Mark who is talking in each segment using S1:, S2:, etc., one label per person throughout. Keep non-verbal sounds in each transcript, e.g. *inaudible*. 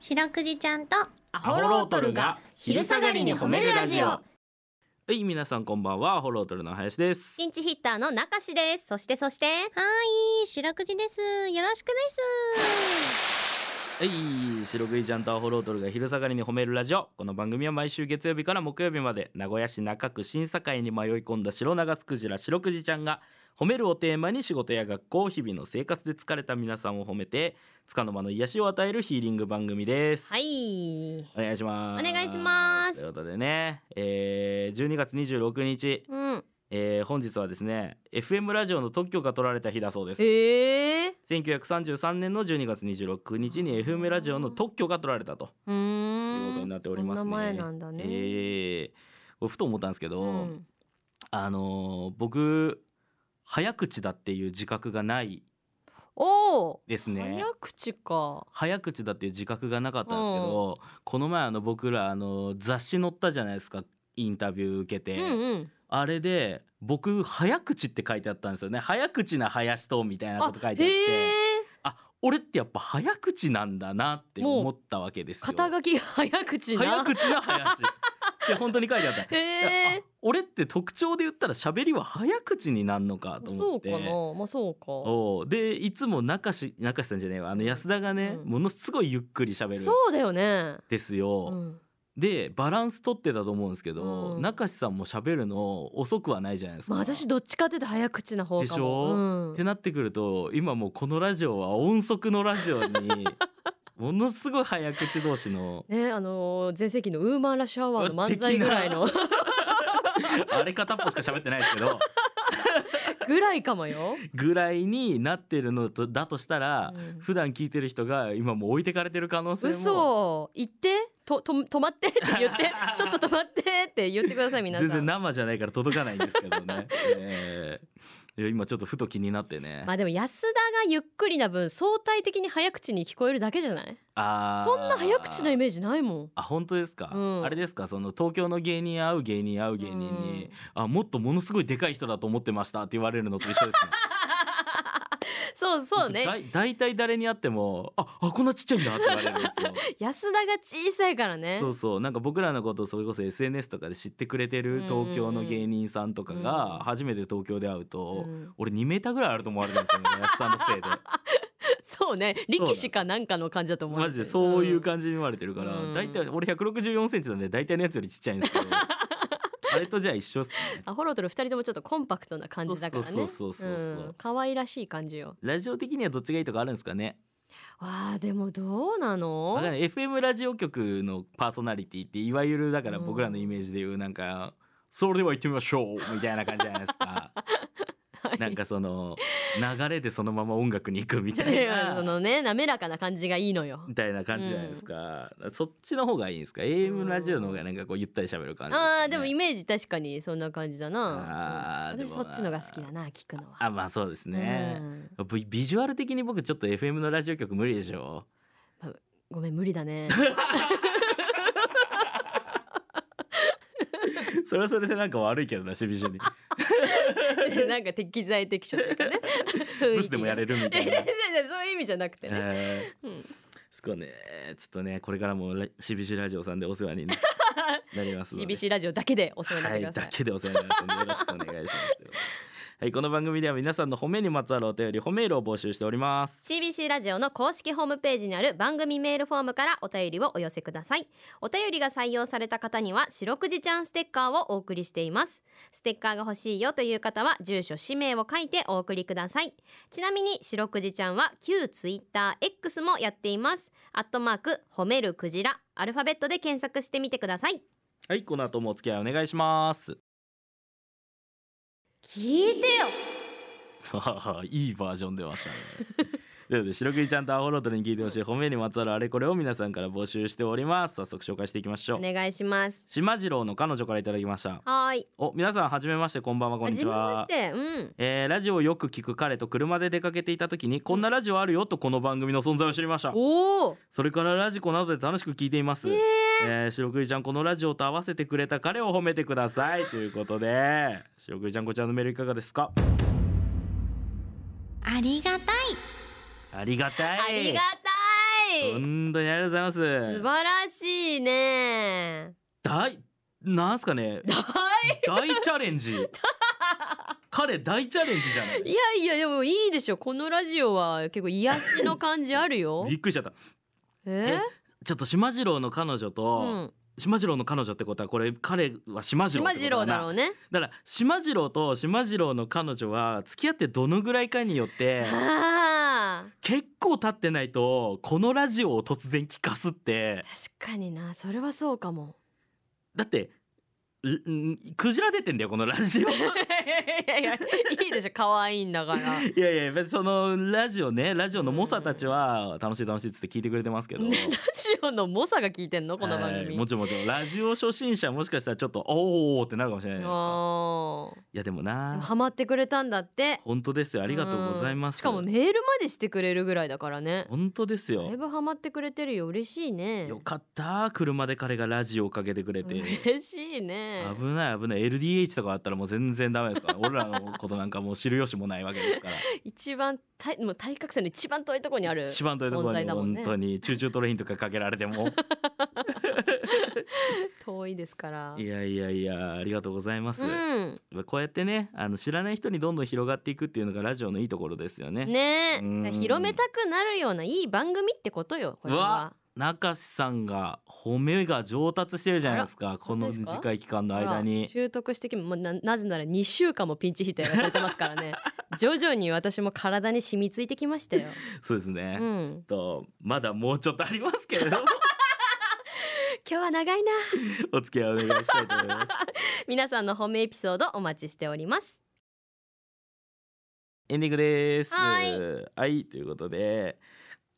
S1: 白くじちゃんとア
S2: ホロートルが昼下がりに褒めるラジオ
S3: はい、皆さんこんばんは。ホロートルの林です。
S2: ピンチヒッターの中志ですそしてそして
S1: はい白くじですよろしくです
S3: はい、白食いちゃんとアホロートルが昼下がりに褒めるラジオ。この番組は毎週月曜日から木曜日まで、名古屋市中区審査会に迷い込んだ白長スクジラ白くじちゃんが、褒めるをテーマに仕事や学校、日々の生活で疲れた皆さんを褒めて、束の間の癒しを与えるヒーリング番組です。
S2: はい
S3: お願いします。
S2: お願いします
S3: ということでね、えー、12月26日、
S2: うん
S3: えー本日はですね、FM ラジオの特許が取られた日だそうです。
S2: ええ
S3: 1933年の12月26日に FM ラジオの特許が取られたと
S2: うーん
S3: いうことになっておりますね。
S2: そんな前なんだね、
S3: ええこれふと思ったんですけど、
S2: うん
S3: あのー僕早口だっていう自覚がない
S2: おお、
S3: ですね
S2: 早。口か
S3: 早口だっていう自覚がなかったんですけど、この前あの僕らあの雑誌載ったじゃないですかインタビュー受けて、
S2: うんうん
S3: あれで僕早口って書いてあったんですよね早口な林とみたいなこと書いてあ
S2: へ
S3: って。
S2: え
S3: あ俺ってやっぱ早口なんだなって思ったわけですよ。
S2: 肩書きが早口な
S3: 早口な林って本当に書いてあった。
S2: へ
S3: あ
S2: え
S3: 俺って特徴で言ったら喋りは早口になんのかと
S2: そ
S3: 思っ
S2: うか
S3: て。
S2: なまあそうか
S3: おうでいつも中志中志さんじゃねえわあの安田がね、
S2: うん
S3: ものすごいゆっくり喋るん
S2: そうだよね
S3: ですよ、
S2: うん
S3: でバランス取ってたと思うんですけど、
S2: うん
S3: 中志さんも喋るの遅くはないじゃないですか。
S2: まあ私どっちかっていうと早口な方かも
S3: でしょ
S2: うん
S3: ってなってくると今もうこのラジオは音速のラジ
S2: *laughs*
S3: オにものすごい早口同士の
S2: ねあのー全盛期のウーマンラッシュアワーの漫才ぐらいの *laughs*
S3: *laughs* あれ片っぽしか喋ってないですけど
S2: ぐらいかもよ。
S3: ぐらいになってるのとだとしたら、
S2: うん
S3: 普段聞いてる人が今もう置いてかれてる可能性も
S2: 嘘言ってとと止まってって言って
S3: *laughs*
S2: ちょっと止まってって言ってください皆さん。
S3: 全然生じゃないから届かないんですけど
S2: *laughs*
S3: ね、えーいや今ちょっとふと気になってね、
S2: まあでも安田がゆっくりな分相対的に早口に聞こえるだけじゃない
S3: あー
S2: そんな早口のイメージないもん。
S3: あ本当ですか、
S2: うん
S3: あれですかその東京の芸人会う芸人会う芸人に、
S2: うん
S3: あもっとものすごいでかい人だと思ってましたって言われるのと一緒ですね
S2: そうそうね
S3: だい大体誰に会ってもああこんなちっちゃいんだって言われるんですよ
S2: 安田が小さいからね
S3: そうそうなんか僕らのことをそれこそ SNS とかで知ってくれてる東京の芸人さんとか
S2: うん
S3: が初めて東京で会うと、
S2: うん
S3: 俺2メーターぐらいあると思われるんですよね安田のせ
S2: *laughs*
S3: いで
S2: そうね力士かなんかの感じだと思う
S3: マジでそういう感じに言われてるから、
S2: うん
S3: 大体俺1 6 4センチなんで大体のやつよりちっちゃいんで
S2: *laughs*
S3: すけどあれとじゃあ一緒っすね
S2: アホロトル二人ともちょっとコンパクトな感じだからね
S3: そうそうそうそうそう
S2: うん可愛らしい感じよ
S3: ラジオ的にはどっちがいいとかあるんですかね
S2: わあでもどうなの
S3: わかんない FM ラジオ局のパーソナリティっていわゆるだから僕らのイメージでいうなんか、それでは行ってみましょうみたいな感じじゃないですか
S2: *laughs* はい
S3: なんかその流れでそのまま音楽に行くみた
S2: *laughs* い
S3: い
S2: やそ
S3: な
S2: のね滑らかな感じがいいのよ
S3: みたいな感じじゃないですか、そっちの方がいいんですか AM ラジオの方がなんかこうゆったり喋る感じすかね、
S2: あーでもイメージ確かにそんな感じだな
S3: あー
S2: うん
S3: で
S2: 私
S3: も
S2: そっちのが好きだな聞くのは
S3: あまあそうですね
S2: う、ん
S3: ビビジュアル的に僕ちょっと FM のラジオ局無理でしょ
S2: ごめん無理だ
S3: *laughs*
S2: ね *laughs*
S3: それはそれでなんか悪いけどなしビジュに
S2: なんか適材適所というかね
S3: *laughs* ブスでもやれ
S2: る
S3: るみたいな、
S2: そう *laughs* いう意味じゃなくてね、
S3: えー
S2: うん
S3: すごいねちょっとねこれからもラしびしラジオさんでお世話にななりますの
S2: *laughs*
S3: で
S2: CBC ラジオだけでお世話になってくだ
S3: はい
S2: さい、
S3: だけでお世話になりますのでよろしくお願いしますはいこの番組では皆さんの褒めにまつわるお便り褒めールを募集しております
S2: CBC ラジオの公式ホームページにある番組メールフォームからお便りをお寄せくださいお便りが採用された方には白くじちゃんステッカーをお送りしていますステッカーが欲しいよという方は住所氏名を書いてお送りくださいちなみに白くじちゃんは旧ツイッター X もやっていますアットマーク褒めるクジラアルファベットで検索してみてください
S3: はいこの後もお付き合いお *laughs* 願いします
S2: 聞いてよ
S3: いいバージョン出ましたねということで白くじちゃんとアホロートルに聞いてほしい褒めにまつわるあれこれを皆さんから募集しております早速紹介していきましょ
S2: お
S3: う、
S2: 願いします
S3: 島次郎の彼女からいただきました
S2: はーい
S3: お皆さんはじめましてこんばんはこんにちは
S2: はじめましてうん
S3: えーラジオをよく聞く彼と車で出かけていた時にこんなラジオあるよとこの番組の存在を知りました
S2: おお
S3: それからラジコなどで楽しく聞いています
S2: えー
S3: えー、白くじちゃんこのラジオと合わせてくれた彼を褒めてくださいということで白くじちゃんこちらのメールいかがですか
S1: ありがたい
S3: ありがたい
S2: ありがたいい
S3: 本当にありがとうござい
S2: 素
S3: ます
S2: 晴らしいね
S3: 大なんすかね
S2: だ
S3: 大チャレンジ彼大チャレンジじゃないい
S2: いやいやでもいいでしょこのラジオは結構癒しの感じあるよ
S3: *laughs* びっくりしちゃった
S2: え
S3: ちょっと島次郎の彼女
S2: う
S3: と、
S2: ん
S3: 島次郎の彼女ってことはこれ彼は島次郎
S2: 島
S3: ってこ
S2: 次
S3: と
S2: 郎
S3: だな
S2: だろうね
S3: だから島次郎と島次郎の彼女は付き合ってどのぐらいかによって
S2: ああ
S3: 結構経ってないとこのラジオを突然聞かすって
S2: 確かになそれはそうかも
S3: だってんクジラ出てんだよこのラジ
S2: *laughs*
S3: オ
S2: いやいやいいでしょ可愛いんだから
S3: いやいや別にそのラジオねラジオの猛者たちは楽しい楽しいっつって聞いてくれてますけど
S2: ねラジオの猛者が聞いてんのこの番
S3: はい
S2: 組
S3: もちろんもちろんラジオ初心者もしかしたらちょっとおーってなるかもしれないですか
S2: あー
S3: いやでも
S2: でも
S3: な
S2: ハマってくれたんだって
S3: 本当ですよありがとうございま
S2: ん
S3: す
S2: しかもメールまでしてくれるぐらいだからね
S3: 本当です
S2: だ
S3: よ
S2: いぶハマってくれてるよ嬉しいね
S3: よかった車で彼がラジオをかけてくれて
S2: 嬉しいね
S3: 危ない危ない LDH とかあったらもう全然ダメですから俺らのことなんかもう知る由もないわけですから
S2: *laughs* 一番たいもう対角線の一番遠いところにある
S3: 一番というと
S2: 存
S3: ころ
S2: 在
S3: に
S2: だもん
S3: 本
S2: ね
S3: 当にチューチュートレインとかかけられ
S2: *laughs*
S3: ても
S2: 遠いですから
S3: いやいやいやありがとうございます、
S2: うん
S3: こうやってねあの知らない人にどんどん広がっていくっていうのがラジオのいいところですよね
S2: ねえ
S3: うん
S2: だから広めたくなるようないい番組ってことよこれ
S3: う
S2: は
S3: わ中志さんが褒めが上達してるじゃないですかこの
S2: 本当ですか
S3: 短い期間の
S2: ほら
S3: 間に
S2: 習得してきもうななぜなら2週間もピンチヒッターやらされてますから
S3: *laughs*
S2: ね徐々に私も体に染みついてきましたよ、
S3: そうですね、
S2: うん
S3: ちょっとまだもうちょっとありますけ
S2: *laughs*
S3: れども
S2: 今日は長いな
S3: お付き合いお願いしたいと思います
S2: 皆さんの褒めエピソードお待ちしております
S3: エンディングです。
S2: は
S3: はいということで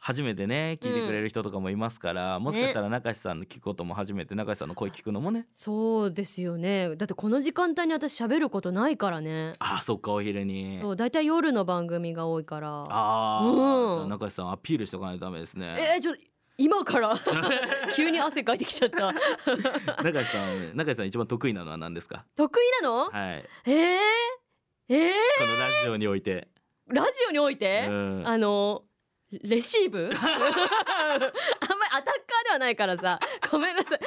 S3: 初めてね聞いてくれる人とかもいますから、もしかしたら中志さんの聞くことも初めて中志さんの声聞くのもね
S2: そうですよねだってこの時間帯に私喋ることないからね
S3: ああそっかお昼に
S2: そうだいたい夜の番組が多いから
S3: ああ、
S2: うん
S3: じゃあ中志さんアピールしておかないとダメですね。
S2: えー、ちょ今から
S3: *laughs*
S2: 急に汗かいてきちゃった
S3: 中志さん中志さん一番得意なのは何ですか。
S2: 得意なの、
S3: はい
S2: えー、えー、
S3: このラジオにおいて。
S2: ラジオにおいて、
S3: うん
S2: あのレシー
S3: *laughs*
S2: ブあんまりアタッカーではないからさごめんなさい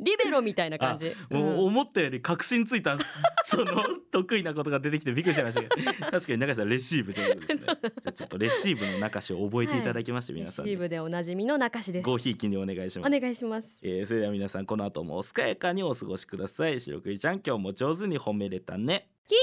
S2: リベロみたいな感じ
S3: もう
S2: うん
S3: 思ったより確信ついた *laughs* その得意なことが出てきてびっくりしちゃいましたけど確かに中志さんレシーブ上手 *laughs* ですね。じゃあちょっとレシーブの中志を覚えていただきまして、
S2: レ
S3: 皆
S2: シ
S3: さんね、
S2: ーブでおなじみの中志です
S3: ごひいきにお願いします。
S2: お願いします
S3: えーそれでは皆さんこの後もお健やかにお過ごしください。白くいちゃん今日も上手に褒めれたね。
S1: キキ